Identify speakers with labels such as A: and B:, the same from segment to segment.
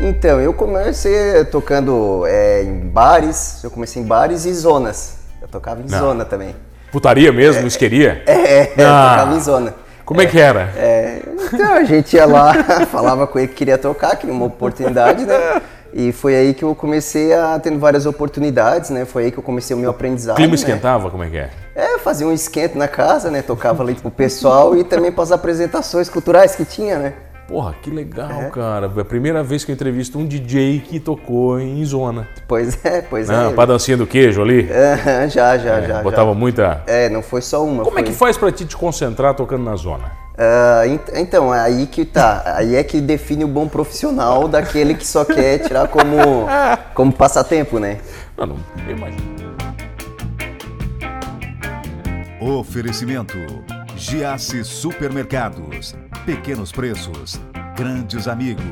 A: Então, eu comecei tocando é, em bares, eu comecei em bares e zonas. Eu tocava em
B: Não.
A: zona também.
B: Putaria mesmo, isqueria?
A: É, eu
B: Ah.
A: tocava em zona.
B: Como é que era?
A: É, então a gente ia lá, falava com ele que queria tocar, que uma oportunidade, né? E foi aí que eu comecei a tendo várias oportunidades, né? Foi aí que eu comecei o meu aprendizado.
B: O clima
A: né?
B: esquentava? Como é que é?
A: É, fazia um esquento na casa, né? Tocava ali pro pessoal e também para as apresentações culturais que tinha, né?
B: Porra, que legal,
A: É.
B: cara. Foi a primeira vez que eu entrevisto um DJ que tocou em zona.
A: Pois é, pois
B: Não,
A: é.
B: pra dancinha do queijo ali.
A: É, já, já, já.
B: Botava
A: já.
B: muita.
A: É, não foi só uma.
B: Como é
A: foi-
B: que faz pra ti te concentrar tocando na zona?
A: Ah, ent- então, aí que tá. Aí é que define o bom profissional daquele que só quer tirar como, como passatempo, né?
B: Mano, não imagino.
C: Oferecimento: Giasse Supermercados. Pequenos preços, grandes amigos.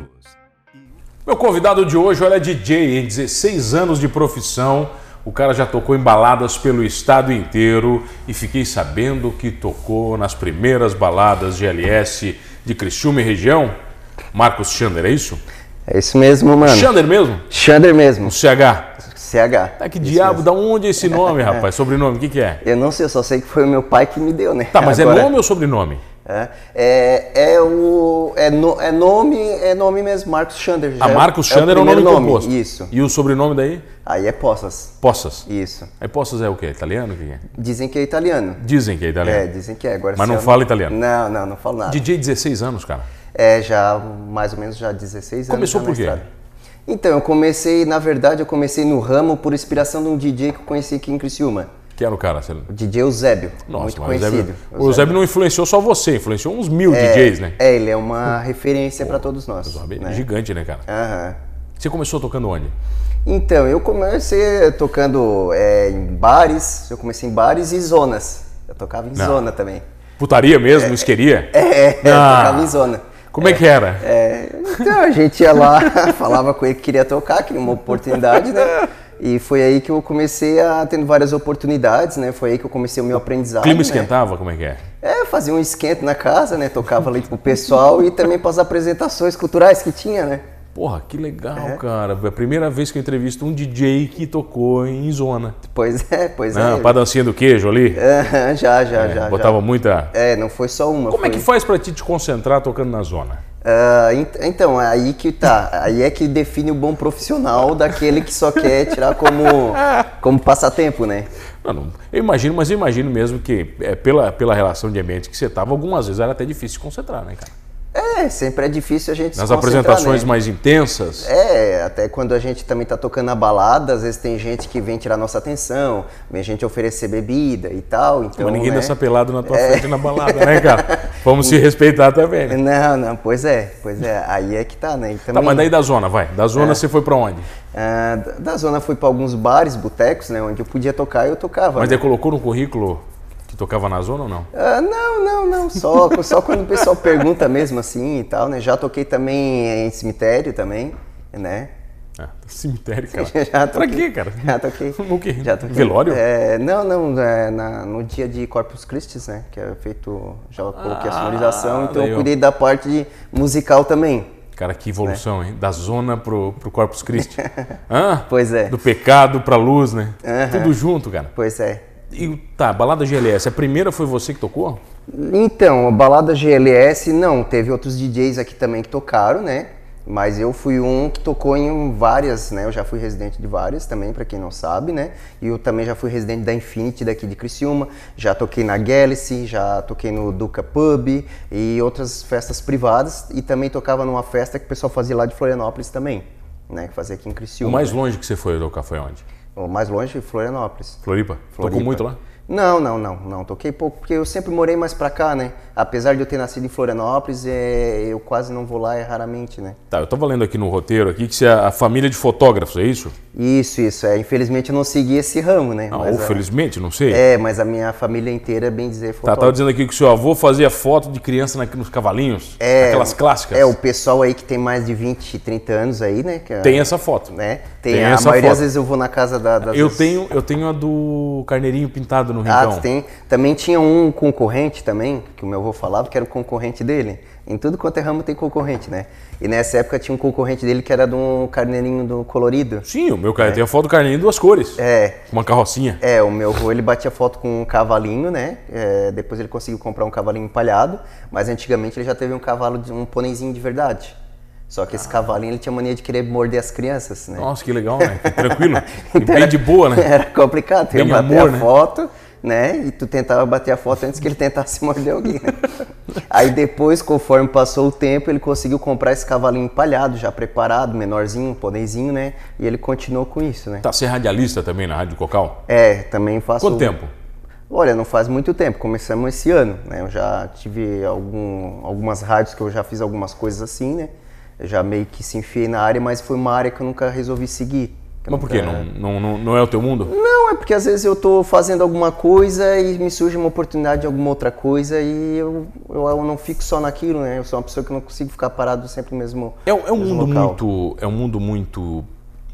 B: Meu convidado de hoje, olha, é DJ, em 16 anos de profissão. O cara já tocou em baladas pelo estado inteiro e fiquei sabendo que tocou nas primeiras baladas de LS de Criciúma e região. Marcos Chander, é isso?
A: É isso mesmo, mano.
B: Chander mesmo?
A: Xander mesmo,
B: O CH.
A: CH.
B: Tá, que diabo, da onde é esse nome, rapaz? Sobrenome, o que, que é?
A: Eu não sei, eu só sei que foi o meu pai que me deu, né?
B: Tá, mas
A: Agora-
B: é nome ou sobrenome?
A: É, é, é o. É, no- é nome, é nome mesmo, Marcos Xander. já
B: Ah, Marcos Chander é o, nome,
A: primeiro
B: composto.
A: Isso.
B: E o sobrenome daí?
A: Aí é Poças.
B: Poças.
A: Isso.
B: Aí Poças é o quê? Italiano? O que que é?
A: Dizem que é italiano.
B: Dizem que é italiano.
A: É, dizem que é. Agora,
B: Mas
A: se
B: não
A: eu
B: fala italiano.
A: Não, não, não falo nada.
B: DJ 16 anos, cara.
A: É, já mais ou menos já 16 anos.
B: Começou
A: já
B: por
A: na
B: quê?
A: estrada. Então, eu comecei, na verdade, eu comecei no ramo por inspiração de um DJ que eu conheci aqui em Criciúma.
B: Que era o cara? Você...
A: O DJ Eusébio,
B: Nossa,
A: muito
B: mas o
A: conhecido.
B: Eusébio- O Eusébio não influenciou só você, influenciou uns mil DJs, né?
A: É, ele é uma referência para todos nós.
B: Eusébio é
A: né?
B: Gigante, né, cara?
A: Aham.
B: Você começou tocando onde?
A: Então, eu comecei tocando é, em bares, eu comecei em bares e zonas. Eu tocava em zona também.
B: Putaria mesmo, isqueria?
A: É, eu
B: Ah.
A: tocava em zona.
B: Como é, que era?
A: É, então a gente ia lá, falava com ele que queria tocar, que uma oportunidade, né? E foi aí que eu comecei a tendo várias oportunidades, né? Foi aí que eu comecei o meu aprendizado.
B: O clima
A: né?
B: esquentava? Como é que é?
A: É, fazia um esquento na casa, né? Tocava ali pro pessoal e também para as apresentações culturais que tinha, né?
B: Porra, que legal,
A: É.
B: cara. Foi a primeira vez que eu entrevisto um DJ que tocou em zona.
A: Pois é, pois
B: Não,
A: é.
B: pra dancinha do queijo ali.
A: É, já, já,
B: Ah, É,
A: já.
B: botava
A: já.
B: muita.
A: É, não foi só uma.
B: Como é
A: foi-
B: que faz pra ti te concentrar tocando na zona?
A: Ah, ent- então, aí que tá. Aí é que define o bom profissional daquele que só quer tirar como, como passatempo, né?
B: Não, não, eu imagino, mas eu imagino mesmo que é, pela, pela relação de ambiente que você estava, algumas vezes era até difícil se concentrar, né, cara?
A: É, sempre é difícil a gente se
B: Nas
A: concentrar,
B: apresentações
A: né?
B: mais intensas.
A: É, até quando a gente também tá tocando na balada, às vezes tem gente que vem tirar nossa atenção, vem gente oferecer bebida e tal, então...
B: Mas ninguém
A: né?
B: dança pelado na tua frente na balada, né, cara? Vamos se respeitar também, né?
A: Não, não, pois é, pois é, aí é que tá, né? E
B: Tá,
A: também-
B: mas daí da zona, vai. Da
A: É.
B: zona você foi pra onde?
A: Ah, da- da zona fui pra alguns bares, botecos, né, onde eu podia tocar, eu tocava.
B: Mas
A: né?
B: daí colocou no currículo que tocava na zona ou não?
A: Ah, não, não, não, só, só quando o pessoal pergunta mesmo assim e tal, né? Já toquei também em cemitério também, né?
B: Ah, cemitério, cara.
A: Já
B: É. pra
A: toquei.
B: quê, cara?
A: Já toquei.
B: No quê?
A: Já toquei.
B: Velório?
A: É, não, não, é, na- no dia de Corpus Christi, né? Que é feito, já coloquei a
B: Ah,
A: sonorização, então
B: daí, ó.
A: eu cuidei da parte de musical também.
B: Cara, que evolução, hein? Da zona pro, pro Corpus Christi. Hã?
A: É. Pois é.
B: Do pecado pra luz, né? Tudo junto, cara.
A: Pois é.
B: E tá, balada GLS, a primeira foi você que tocou?
A: Então, a balada GLS, não, teve outros DJs aqui também que tocaram, né? Mas eu fui um que tocou em várias, né? Eu já fui residente de várias também, pra quem não sabe, né? E eu também já fui residente da Infinity daqui de Criciúma, já toquei na Galaxy, já toquei no Duca Pub e outras festas privadas e também tocava numa festa que o pessoal fazia lá de Florianópolis também, né? Que fazia aqui em
B: O
A: Criciúma.
B: mais longe que você foi tocar foi onde?
A: O mais longe, Florianópolis.
B: Floripa? Tocou
A: Floripa.
B: muito lá?
A: Não, não, não, não. Toquei pouco, porque eu sempre morei mais pra cá, né? Apesar de eu ter nascido em Florianópolis, é, eu quase não vou lá, é raramente, né?
B: Tá, eu tava lendo aqui no roteiro aqui que você é a família de fotógrafos, é isso?
A: Isso, isso. É, infelizmente eu não segui esse ramo, né?
B: Ah,
A: Mas
B: ou
A: a-
B: felizmente, não sei.
A: É, mas a minha família inteira, bem dizer, é
B: Tá,
A: fotógrafa.
B: tava dizendo aqui que o seu avô fazia foto de criança na- nos cavalinhos,
A: É,
B: tá, aquelas clássicas.
A: É, o pessoal aí que tem mais de 20, 30 anos aí, né? que é-
B: Tem essa foto.
A: Né? Tem,
B: tem
A: a
B: essa
A: maioria
B: foto.
A: das vezes eu vou na casa da, das
B: Eu tenho, eu tenho a do carneirinho pintado no
A: Ah,
B: rincão?
A: tem. Também tinha um concorrente também, que o meu avô falava, que era o concorrente dele. Em tudo quanto é ramo tem concorrente, né? E nessa época tinha um concorrente dele que era de um carneirinho do colorido.
B: Sim, o meu cara tem a foto do carneirinho em duas cores.
A: É.
B: Uma carrocinha.
A: É, o meu avô ele batia foto com um cavalinho, né? É, depois ele conseguiu comprar um cavalinho empalhado, mas antigamente ele já teve um cavalo, de, um pôneizinho de verdade. Só que esse cavalinho ele tinha mania de querer morder as crianças, né?
B: Nossa, que legal, né? Que Tranquilo. E
A: Então
B: bem
A: era-
B: de boa, né?
A: Era complicado, tu ia
B: Bem de
A: bater
B: humor,
A: a
B: né?
A: foto, né? E tu tentava bater a foto antes que ele tentasse morder alguém. né? Aí depois, conforme passou o tempo, ele conseguiu comprar esse cavalinho empalhado, já preparado, menorzinho, um pôneizinho, né? E ele continuou com isso, né?
B: Tá ser radialista também na Rádio Cocal?
A: É, também faço.
B: Quanto tempo?
A: Olha, não faz muito tempo, começamos esse ano, né? Eu já tive algum, algumas rádios que eu já fiz algumas coisas assim, né? Eu já meio que se enfiei na área, mas foi uma área que eu nunca resolvi seguir. que eu
B: Mas por quê?
A: nunca-
B: Não, não, não, não é o teu mundo?
A: Não, é porque às vezes eu tô fazendo alguma coisa e me surge uma oportunidade de alguma outra coisa e eu, eu, eu não fico só naquilo, né? Eu sou uma pessoa que não consigo ficar parado sempre no mesmo
B: É, um- é um
A: mesmo
B: mundo
A: local.
B: muito. É um mundo muito.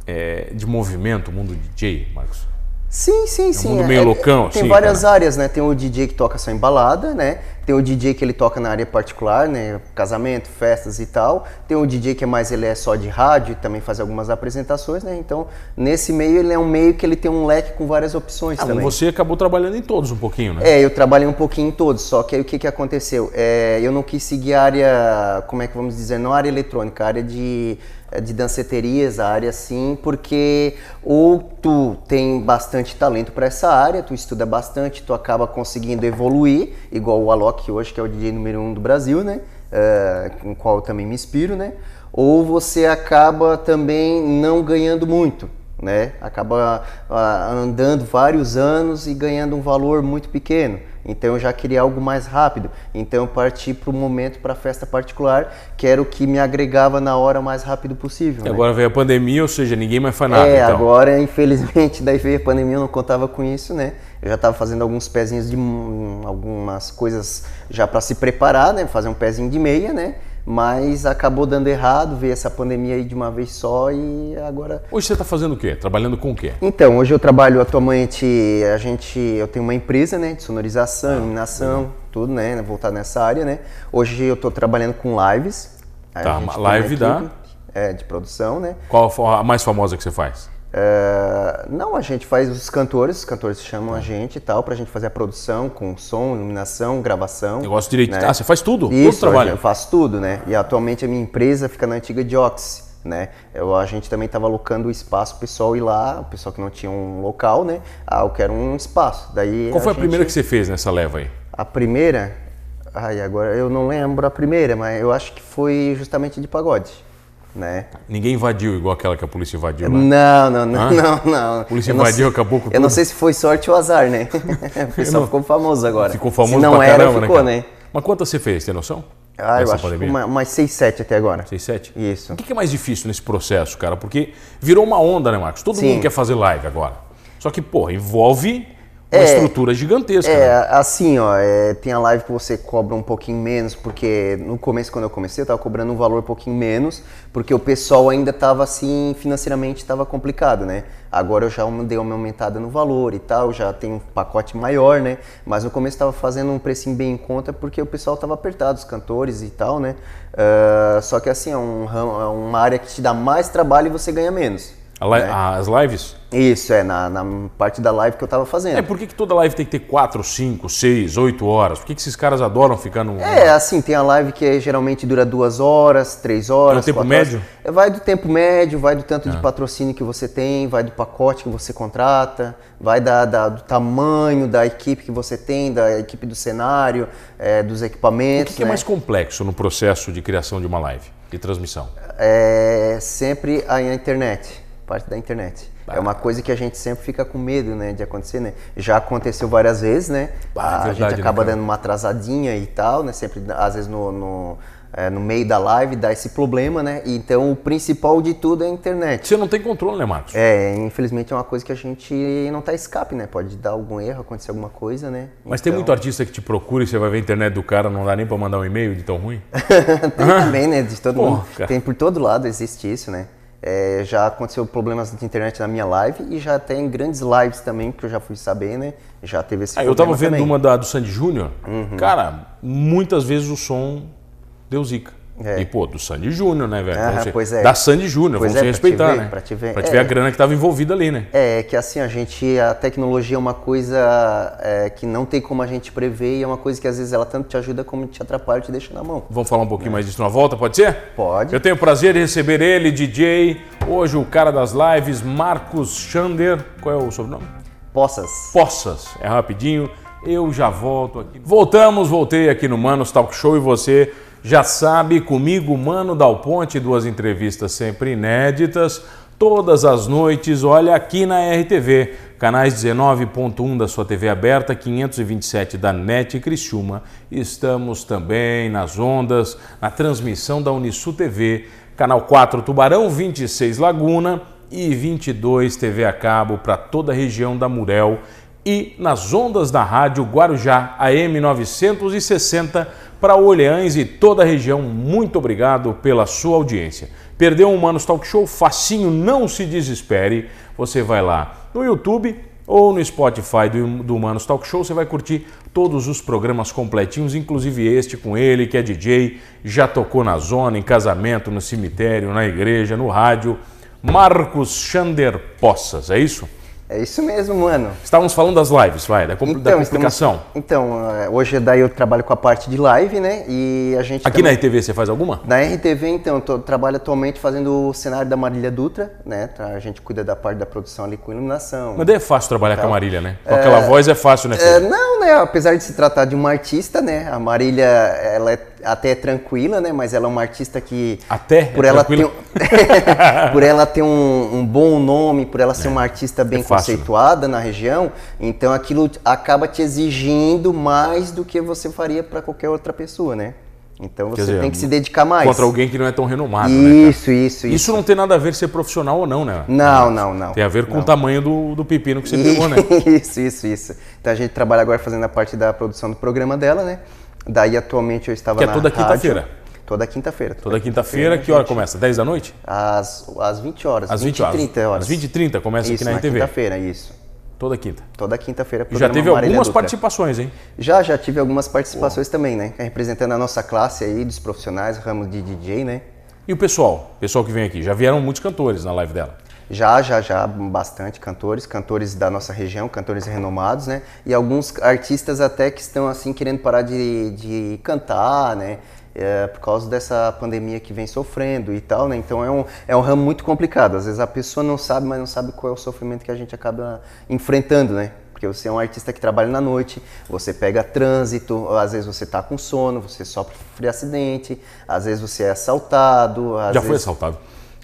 B: é, de movimento, o mundo DJ, Marcos.
A: Sim, sim, sim.
B: é um mundo meio loucão,
A: Tem
B: assim,
A: várias
B: cara.
A: áreas, né? Tem o DJ que toca só em balada, né? Tem o DJ que ele toca na área particular, né? Casamento, festas e tal. Tem o DJ que é mais ele é só de rádio e também faz algumas apresentações, né? Então, nesse meio ele é um meio que ele tem um leque com várias opções
B: Ah,
A: também.
B: você acabou trabalhando em todos um pouquinho, né?
A: É, eu trabalhei um pouquinho em todos, só que aí o que, que aconteceu? É, eu não quis seguir a área, como é que vamos dizer, não a área eletrônica, a área de, eh, de danceterias, a área assim, porque ou tu tem bastante talento para essa área, tu estuda bastante, tu acaba conseguindo evoluir, igual o Alok hoje, que é o DJ número um do Brasil, né? É, com o qual eu também me inspiro, né? Ou você acaba também não ganhando muito né? Acaba ah, andando vários anos e ganhando um valor muito pequeno. Então eu já queria algo mais rápido. Então eu parti para o momento para a festa particular, que era o que me agregava na hora o mais rápido possível.
B: E
A: né?
B: Agora veio a pandemia, ou seja, ninguém mais faz nada.
A: é,
B: então.
A: agora infelizmente daí veio a pandemia, eu não contava com isso, né? Eu já estava fazendo alguns pezinhos de hum, algumas coisas já para se preparar, né? Fazer um pezinho de meia, né? Mas acabou dando errado, veio essa pandemia aí de uma vez só e agora
B: Hoje você tá fazendo o quê? Trabalhando com o quê?
A: então, hoje eu trabalho atualmente, a gente, eu tenho uma empresa, né, de sonorização, iluminação, tudo, né, voltado nessa área, né. Hoje eu tô trabalhando com lives. A
B: Tá,
A: gente
B: mas
A: tem uma
B: live dá?
A: equipe, É, de produção, né.
B: Qual a fo- a mais famosa que você faz?
A: É, não, a gente faz os cantores, os cantores chamam a gente e tal, pra gente fazer a produção com som, iluminação, gravação.
B: Negócio direito.
A: né.
B: Ah, você faz tudo?
A: Isso,
B: Todo trabalho.
A: Eu faço tudo, né? E atualmente a minha empresa fica na antiga Dioxys, né? Eu, a gente também estava alocando o espaço, o pessoal ir lá, o pessoal que não tinha um local, né? Ah, eu quero um espaço. Daí
B: Qual foi a
A: É, gente-
B: primeira que você fez nessa leva aí?
A: A primeira? Ai, agora eu não lembro a primeira, mas eu acho que foi justamente de pagode, né?
B: Ninguém invadiu igual aquela que a
A: É,
B: polícia invadiu lá.
A: Não, não, não,
B: Hã?
A: não, não. A
B: polícia invadiu, acabou com
A: Eu não
B: tudo.
A: sei se foi sorte ou azar, né? O pessoal ficou famoso agora.
B: Ficou famoso
A: Se não
B: pra
A: era,
B: caramba,
A: ficou,
B: né,
A: né?
B: cara? Mas quantas você fez, tem noção?
A: Ah, eu
B: Nessa
A: acho que
B: pandemia?
A: uma- umas 6, 7 até agora.
B: Seis, sete?
A: Isso.
B: O que que é mais difícil nesse processo, cara? Porque virou uma onda, né, Marcos? Todo
A: Sim.
B: mundo quer fazer live agora. Só que, porra, envolve uma
A: É.
B: estrutura gigantesca.
A: É,
B: né?
A: assim, ó, é, tem a live que você cobra um pouquinho menos, porque no começo, quando eu comecei, eu tava cobrando um valor um pouquinho menos, porque o pessoal ainda tava assim, financeiramente tava complicado, né? Agora eu já dei uma aumentada no valor e tal, já tem um pacote maior, né? Mas no começo tava fazendo um precinho bem em conta, porque o pessoal tava apertado, os cantores e tal, né? Ah, só que assim, é, um ramo- é uma área que te dá mais trabalho e você ganha menos.
B: A li- As lives?
A: Isso, é, na, na parte da live que eu tava fazendo.
B: É, por que, que toda live tem que ter 4, 5, 6, 8 horas? Por que, que esses caras adoram ficar no.
A: É, assim, tem a live que geralmente dura duas horas, três horas.
B: É o tempo
A: quatro horas.
B: médio? Tá.
A: É, Vai do tempo médio, vai do tanto de patrocínio que você tem, vai do pacote que você contrata, vai da, da- do tamanho da equipe que você tem, da equipe do cenário, é, dos
B: O
A: equipamentos.
B: que, que é
A: né?
B: mais complexo no processo de criação de uma live, de transmissão?
A: É sempre a internet, parte da internet. É uma coisa que a gente sempre fica com medo, né, de acontecer, né? Já aconteceu várias vezes, né?
B: Bah, é
A: a
B: verdade,
A: gente acaba
B: né, cara?
A: dando uma atrasadinha e tal, né? Sempre, às vezes, no, no, é, no meio da live dá esse problema, né? Então, o principal de tudo é a internet.
B: Você não tem controle, né, Marcos?
A: É, infelizmente é uma coisa que a gente não tá escape, né? Pode dar algum erro, acontecer alguma coisa, né?
B: Mas tem muito artista que te procura e você vai ver a internet do cara, não dá nem pra mandar um e-mail de tão ruim?
A: tem também, né? De todo
B: Porra,
A: mundo.
B: cara.
A: Tem por todo lado, existe isso, né? É, já aconteceu problemas de internet na minha live e já até em grandes lives também, que eu já fui saber, né? Já teve esse
B: Ah, eu
A: problema
B: tava vendo
A: também. Uhum.
B: uma da, do Sandy Júnior. Cara, muitas vezes o som deu zica.
A: É.
B: E, pô, do Sandy Júnior, né, velho?
A: Ah,
B: Vamos ser-
A: pois é.
B: Da Sandy Júnior,
A: Pois
B: vamos
A: é,
B: se
A: pra te
B: respeitar,
A: ver,
B: né?
A: pra te ver.
B: Pra te ver
A: É.
B: a grana que tava envolvida ali, né?
A: É, que assim, a gente, a tecnologia é uma coisa é, que não tem como a gente prever e é uma coisa que às vezes ela tanto te ajuda como te atrapalha e te deixa na mão.
B: Vamos falar um pouquinho mais disso na volta, pode ser?
A: É. Pode.
B: Eu tenho o prazer de receber ele, DJ, hoje o cara das lives, Marcos Chander. Qual é o sobrenome?
A: Possas.
B: Poças. É rapidinho, eu já volto aqui. Voltamos, voltei aqui no Manos Talk Show e você já sabe, comigo, Mano Dal Ponte, duas entrevistas sempre inéditas, todas as noites, olha aqui na RTV, canais 19.1 da sua TV aberta, 527 da NET Criciúma. Estamos também nas ondas, na transmissão da Unisu TV, canal 4 Tubarão, 26 Laguna e 22 TV a cabo para toda a região da Murel e nas ondas da rádio Guarujá AM 960 para Orleans e toda a região. Muito obrigado pela sua audiência. Perdeu um Manos Talk Show? Facinho, não se desespere. Você vai lá no YouTube ou no Spotify do, do Humanos Talk Show, você vai curtir todos os programas completinhos, inclusive este com ele, que é DJ, já tocou na zona, em casamento, no cemitério, na igreja, no rádio. Marcos Chander Poças, é isso?
A: É isso mesmo, mano.
B: Estávamos falando das lives, vai, da, compl- da
A: Então, estamos-
B: complicação.
A: então, é, hoje daí eu trabalho com a parte de live, né? E a gente.
B: Aqui na RTV você faz alguma?
A: Na RTV, então, eu tô- trabalho atualmente fazendo o cenário da Marília Dutra, né? Tá, A gente cuida da parte da produção ali com iluminação.
B: Mas daí é fácil trabalhar com a Marília, né? Com aquela voz é fácil, né?
A: Então, É,
B: filho?
A: não, né? Apesar de se tratar de uma artista, né? A Marília, ela é até tranquila, né? Mas ela é uma artista que.
B: Até
A: Por
B: é
A: ela, ter,
B: tranquila?
A: um- por ela ter um, um bom nome, por ela ser uma artista bem
B: É, fácil, né?
A: conceituada na região, então aquilo acaba te exigindo mais do que você faria para qualquer outra pessoa, né? Então você
B: dizer,
A: tem que se dedicar mais.
B: Contra alguém que não é tão renomado, né? cara?
A: Isso, isso, isso.
B: Isso não tem nada a ver ser profissional ou não, né?
A: Não, não, não.
B: Tem a ver com
A: Não.
B: o tamanho do, do pepino que você pegou, né?
A: Isso, isso, isso. Então a gente trabalha agora fazendo a parte da produção do programa dela, né? Daí atualmente eu estava
B: Que é
A: na
B: toda
A: rádio.
B: quinta-feira.
A: Toda quinta-feira.
B: Toda quinta-feira, que hora começa? 10 da noite?
A: Às, às 20 horas.
B: Às 20
A: e
B: horas.
A: 30 horas.
B: Às 20 e 30 começa
A: isso,
B: aqui na,
A: na
B: RTV.
A: quinta-feira, isso.
B: Toda quinta.
A: Toda quinta-feira
B: E já
A: programa
B: teve
A: Marília
B: algumas
A: Dutra.
B: participações, hein?
A: Já, já tive algumas participações também, né? Representando a nossa classe aí, dos profissionais, ramo de DJ, né?
B: E o pessoal? O pessoal que vem aqui. Já vieram muitos cantores na live dela.
A: Já, já, já, bastante cantores, cantores da nossa região, cantores renomados, né? E alguns artistas até que estão assim querendo parar de, de cantar, né? É, por causa dessa pandemia que vem sofrendo e tal, né? Então é um, é um ramo muito complicado. Às vezes a pessoa não sabe, mas não sabe qual é o sofrimento que a gente acaba enfrentando, né? Porque você é um artista que trabalha na noite, você pega trânsito, às vezes você tá com sono, você sofre acidente, às vezes você é assaltado. às
B: já foi
A: vezes-
B: assaltado.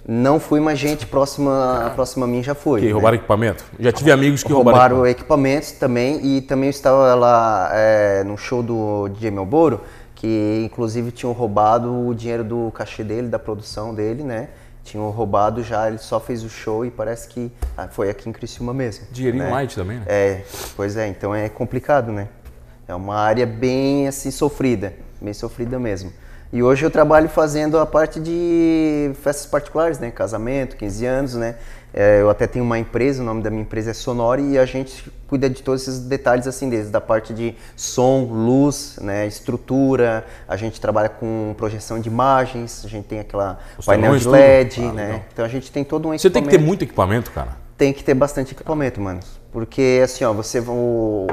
A: não fui, mas gente próxima, próxima a mim já foi.
B: Que
A: né?
B: roubaram equipamento. Já tive amigos que roubaram.
A: Roubaram equipamentos também. E também eu estava lá é, no show do DJ Melboro, que inclusive tinham roubado o dinheiro do cachê dele, da produção dele, né? Tinham roubado já, ele só fez o show e parece que ah, foi aqui em Criciúma mesmo.
B: Dinheirinho
A: né?
B: light também, né?
A: É, pois é, então é complicado, né? É uma área bem assim sofrida, bem sofrida mesmo. E hoje eu trabalho fazendo a parte de festas particulares, né? Casamento, 15 anos, né? É, eu até tenho uma empresa, o nome da minha empresa é Sonora e a gente cuida de todos esses detalhes assim, desde a parte de som, luz, né, estrutura, a gente trabalha com projeção de imagens, a gente tem aquela
B: Os
A: painel
B: telões,
A: de
B: tudo?
A: LED,
B: Ah,
A: né?
B: legal.
A: Então a gente tem todo um
B: Você tem que ter
A: equipamento.
B: muito equipamento, cara.
A: Tem que ter bastante equipamento, mano. Porque assim, ó, você o,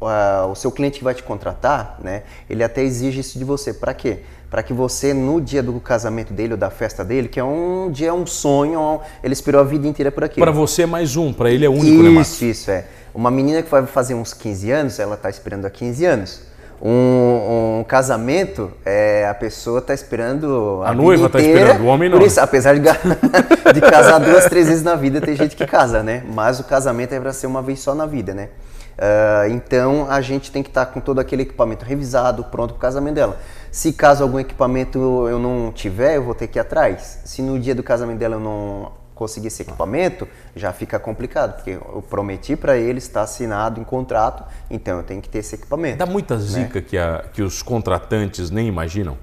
A: o, a- o seu cliente que vai te contratar, né? Ele até exige isso de você. Pra quê? Pra que você no dia do casamento dele ou da festa dele, que é um dia é um sonho, um- ele esperou a vida inteira por aquilo.
B: Pra você é mais um, pra ele é único, né, Marcos?
A: Isso, isso, é. Uma menina que vai fazer uns 15 anos, ela tá esperando há 15 anos. Um, um casamento, é, a pessoa tá esperando.
B: A
A: vida
B: noiva tá
A: inteira.
B: esperando, o homem não.
A: Por isso, apesar de, ga- de casar duas, três vezes na vida, tem gente que casa, né? Mas o casamento é pra ser uma vez só na vida, né? Ah, então a gente tem que estar com todo aquele equipamento revisado, pronto pro casamento dela. Se caso algum equipamento eu não tiver, eu vou ter que ir atrás. Se no dia do casamento dela eu não conseguir esse equipamento, já fica complicado, porque eu prometi pra ele, está assinado em contrato, então eu tenho que ter esse equipamento.
B: Dá muita zica que, a- que os contratantes nem imaginam.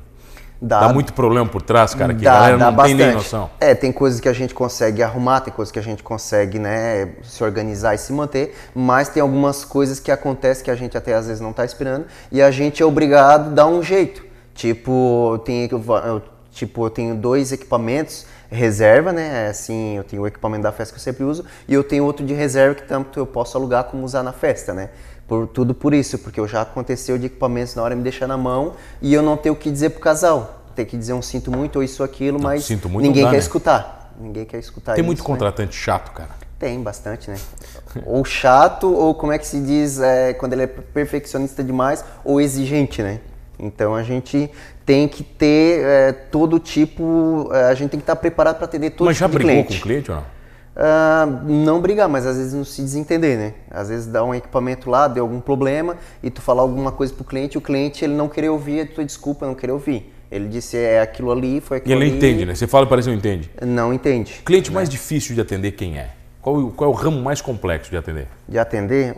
B: Dá muito problema por trás, cara, que a
A: Dá,
B: galera
A: dá
B: não
A: bastante.
B: tem nem noção.
A: É, tem coisas que a gente consegue arrumar, tem coisas que a gente consegue, né, se organizar e se manter, mas tem algumas coisas que acontecem que a gente até às vezes não tá esperando e a gente é obrigado a dar um jeito. Tipo, tem, eu- tipo, eu tenho dois equipamentos reserva, né? Assim, eu tenho o equipamento da festa que eu sempre uso e eu tenho outro de reserva que tanto eu posso alugar como usar na festa, né? Por, tudo por isso, porque eu já aconteceu de equipamentos na hora me deixar na mão e eu não ter o que dizer pro casal. Ter que dizer um sinto muito ou isso ou aquilo, mas
B: sinto muito
A: ninguém
B: não dá,
A: quer
B: né?
A: escutar. Ninguém quer escutar
B: Tem muito
A: isso, né?
B: contratante chato, cara.
A: Tem bastante, né? ou chato, ou como é que se diz é, quando ele é perfeccionista demais, ou exigente, né? Então a gente tem que ter é, todo tipo, é, a gente tem que estar preparado para atender todo
B: Mas já
A: tipo de
B: brigou
A: cliente.
B: com o cliente ou não?
A: Ah, não brigar, mas às vezes não se desentender, né? Às vezes dá um equipamento lá, deu algum problema e tu falar alguma coisa pro cliente, e o cliente ele não querer ouvir a tua desculpa, não querer ouvir. Ele disse é aquilo ali, foi
B: E
A: aquilo
B: ele
A: ali.
B: entende, né? Você fala e parece que não entende.
A: Não entende.
B: Cliente mais difícil de atender quem é? Qual, o- qual é o ramo mais complexo de atender?
A: De atender?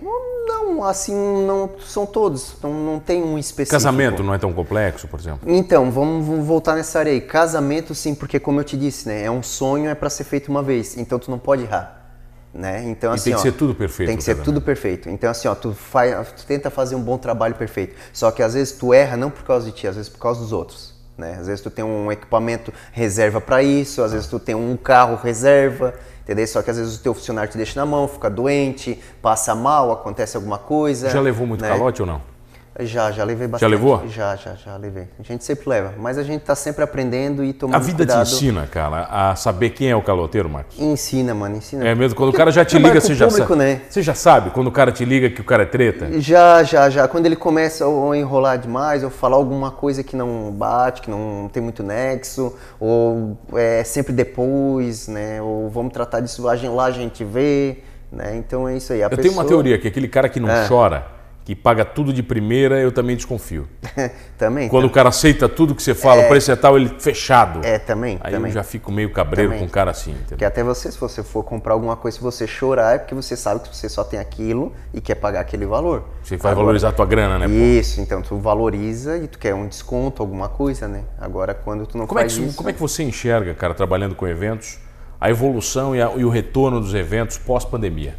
A: Não, assim, não são todos. Não, não tem um específico.
B: Casamento não é tão complexo, por exemplo?
A: Então, vamos, vamos voltar nessa área aí. Casamento, sim, porque como eu te disse, né? É um sonho, é pra ser feito uma vez. Então tu não pode errar. Né? Então, assim,
B: tem que
A: ó,
B: ser tudo perfeito né,
A: Tem
B: no
A: que ser
B: casamento.
A: tudo perfeito. Então, assim, ó, tu, faz, tu tenta fazer um bom trabalho perfeito. Só que às vezes tu erra não por causa de ti, às vezes por causa dos outros. Né? Às vezes tu tem um equipamento reserva pra isso, às vezes tu tem um carro reserva, entendeu? Só que às vezes o teu funcionário te deixa na mão, fica doente, passa mal, acontece alguma coisa.
B: Já levou muito
A: né?
B: calote ou não?
A: Já, já levei bastante.
B: levou?
A: Já, já, já levei. A gente sempre leva, mas a gente tá sempre aprendendo e tomando
B: A vida
A: cuidado.
B: te ensina, cara, a saber quem é o caloteiro, Marcos.
A: Ensina, mano, ensina.
B: É mesmo, quando o
A: Porque
B: cara já te
A: trabalha
B: liga,
A: com
B: você
A: o
B: já
A: público,
B: sabe.
A: né? Hum,
B: Você já sabe quando o cara te liga que o cara é treta?
A: Já, já, já. Quando ele começa a ou enrolar demais, ou falar alguma coisa que não bate, que não tem muito nexo, ou é sempre depois, né? Ou vamos tratar disso a gen- lá a gente vê, né? Então é isso aí. A
B: Eu tenho uma
A: pessoa- É.
B: teoria, que aquele cara que não chora, que paga tudo de primeira, eu também desconfio.
A: também.
B: Quando o cara aceita tudo que você fala, o preço é tal, ele fechado.
A: É, também,
B: Aí
A: também.
B: eu já fico meio cabreiro
A: Também.
B: com o cara assim, entendeu?
A: Porque até você, se você for comprar alguma coisa, se você chorar, é porque você sabe que você só tem aquilo e quer pagar aquele valor.
B: Você vai
A: Agora-
B: valorizar a tua grana, né? pô?
A: Isso, então tu valoriza e tu quer um desconto, alguma coisa, né? Agora quando tu não
B: Como é,
A: faz
B: que,
A: isso...
B: como é que você enxerga, cara, trabalhando com eventos, a evolução e, a- e o retorno dos eventos pós-pandemia?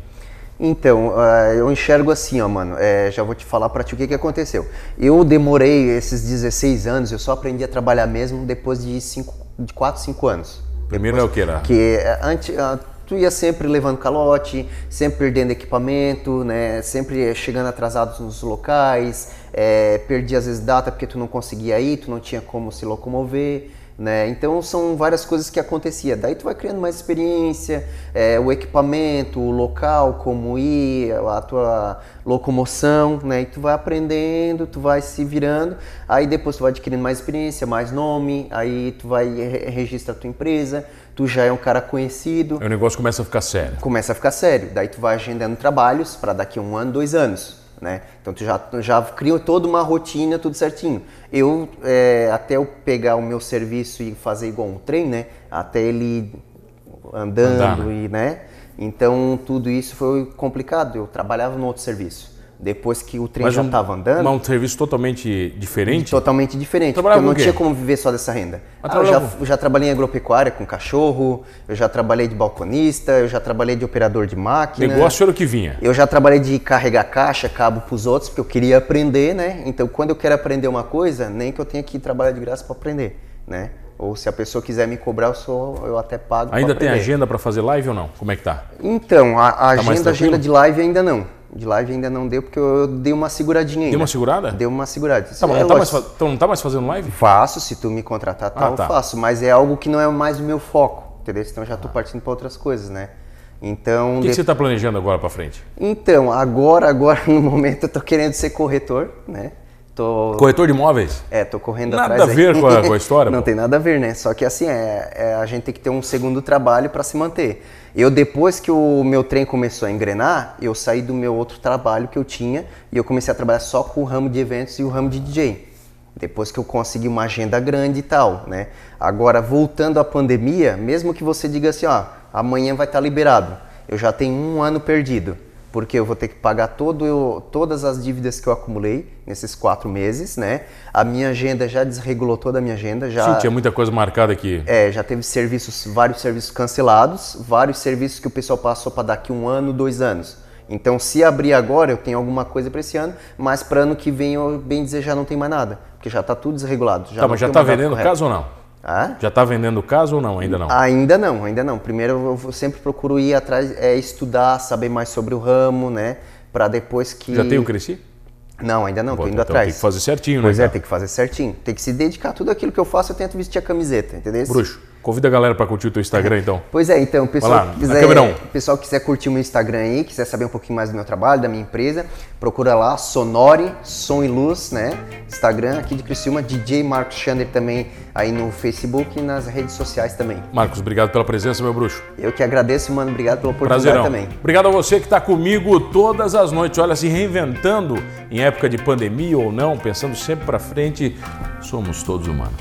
A: Então, ah, eu enxergo assim, ó, mano. é, já vou te falar pra ti o que, que aconteceu. Eu demorei esses 16 anos, eu só aprendi a trabalhar mesmo depois de 5, de 4, 5 anos.
B: Primeiro é o que era?
A: Porque é, antes, ah, tu ia sempre levando calote, sempre perdendo equipamento, né? Sempre eh, chegando atrasado nos locais, eh, perdi às vezes data porque tu não conseguia ir, tu não tinha como se locomover. Né? Então são várias coisas que acontecia. Daí tu vai criando mais experiência, eh, o equipamento, o local, como ir, a tua locomoção, né? E tu vai aprendendo, tu vai se virando, aí depois tu vai adquirindo mais experiência, mais nome, aí tu vai re- registra a tua empresa, tu já é um cara conhecido,
B: Aí o negócio começa a ficar sério.
A: começa a ficar sério. Daí tu vai agendando trabalhos para daqui a um ano, dois anos. Né? Então tu já, tu já cria toda uma rotina, tudo certinho. Eu, é, até eu pegar o meu serviço e fazer igual um trem, né? Até ele andando
B: Andar, né?
A: e, né? Então tudo isso foi complicado. Eu trabalhava no outro serviço. Depois que o trem já
B: um-
A: estava andando,
B: Mas um serviço totalmente diferente.
A: Totalmente diferente.
B: Trabalhava
A: porque eu não
B: com o quê?
A: tinha como viver só dessa renda.
B: Mas
A: Ah, eu, já,
B: trabalhava-
A: eu já trabalhei em agropecuária com cachorro, eu já trabalhei de balconista, eu já trabalhei de operador de máquina.
B: Negócio era o que vinha.
A: Eu já trabalhei de carregar caixa, cabo pros outros, porque eu queria aprender, né? Então, quando eu quero aprender uma coisa, nem que eu tenha que trabalhar de graça para aprender, né? Ou se a pessoa quiser me cobrar, eu, sou, eu até pago. pra
B: Ainda tem
A: aprender.
B: agenda para fazer live ou não? Como é que tá?
A: Então, a, a
B: mais
A: agenda,
B: tranquilo?
A: agenda de live ainda não. De live ainda não deu, porque eu, eu dei uma seguradinha ainda.
B: Deu uma segurada?
A: Deu uma segurada.
B: Tá, mas
A: É
B: não tá mais
A: lógico.
B: fa- então não tá mais fazendo live?
A: Faço, se tu me contratar, tal,
B: Ah, tá.
A: eu faço. Mas é algo que não é mais o meu foco, entendeu? Então já tô partindo para outras coisas, né? Então,
B: O Ah. que, que
A: de-
B: você tá planejando agora para frente?
A: então agora, agora no momento eu tô querendo ser corretor, né? Tô
B: Corretor de imóveis?
A: é, tô correndo
B: Nada
A: atrás
B: a
A: aí.
B: ver com a- com a história,
A: Não
B: pô.
A: tem nada a ver, né? Só que assim, é, é, a gente tem que ter um segundo trabalho para se manter. Eu, depois que o meu trem começou a engrenar, eu saí do meu outro trabalho que eu tinha e eu comecei a trabalhar só com o ramo de eventos e o ramo de DJ. Depois que eu consegui uma agenda grande e tal, né? Agora, voltando à tá pandemia, mesmo que você diga assim, ó, amanhã vai estar liberado, eu já tenho um ano perdido. porque eu vou ter que pagar todo, todas as dívidas que eu acumulei nesses quatro meses, né? A minha agenda já desregulou toda a minha agenda, já.
B: Sim, tinha muita coisa marcada aqui.
A: Ah, É, já teve serviços, vários serviços cancelados, vários serviços que o pessoal passou para daqui um ano, dois anos. Então, se abrir agora, eu tenho alguma coisa para esse ano, mas para ano que vem, eu bem dizer, já não tem mais nada, porque já está tudo desregulado. Já
B: tá, mas já
A: está
B: tá vendendo o caso ou não?
A: Ah?
B: Já tá vendendo o caso ou não? Ainda não.
A: Ainda não, ainda não. Primeiro eu vou- sempre procuro ir atrás, é, estudar, saber mais sobre o ramo, né? Para depois que.
B: Já tem o Cresci?
A: Não, ainda não,
B: Pô,
A: tô hum, indo
B: então
A: atrás.
B: Tem que fazer certinho,
A: Pois
B: né?
A: é,
B: cara?
A: tem que fazer certinho. Tem que se dedicar. Tudo aquilo que eu faço, eu tento vestir a camiseta, entendeu?
B: Bruxo, convida a galera pra curtir o teu Instagram, então.
A: Pois é, então, o
B: Vai
A: pessoal
B: lá, um.
A: que quiser,
B: Câmerão.
A: o pessoal que quiser curtir o meu Instagram aí, quiser saber um pouquinho mais do meu trabalho, da minha empresa, procura lá, Sonore, Som e Luz, né? Instagram aqui de Criciúma, DJ Marcos Chander também aí no Facebook e nas redes sociais também.
B: Marcos, obrigado pela presença, meu bruxo.
A: Eu que agradeço, mano, obrigado pela oportunidade
B: Prazerão.
A: também.
B: Obrigado a você que está comigo todas as noites. Olha, se reinventando em época de pandemia ou não, pensando sempre para frente, somos todos humanos.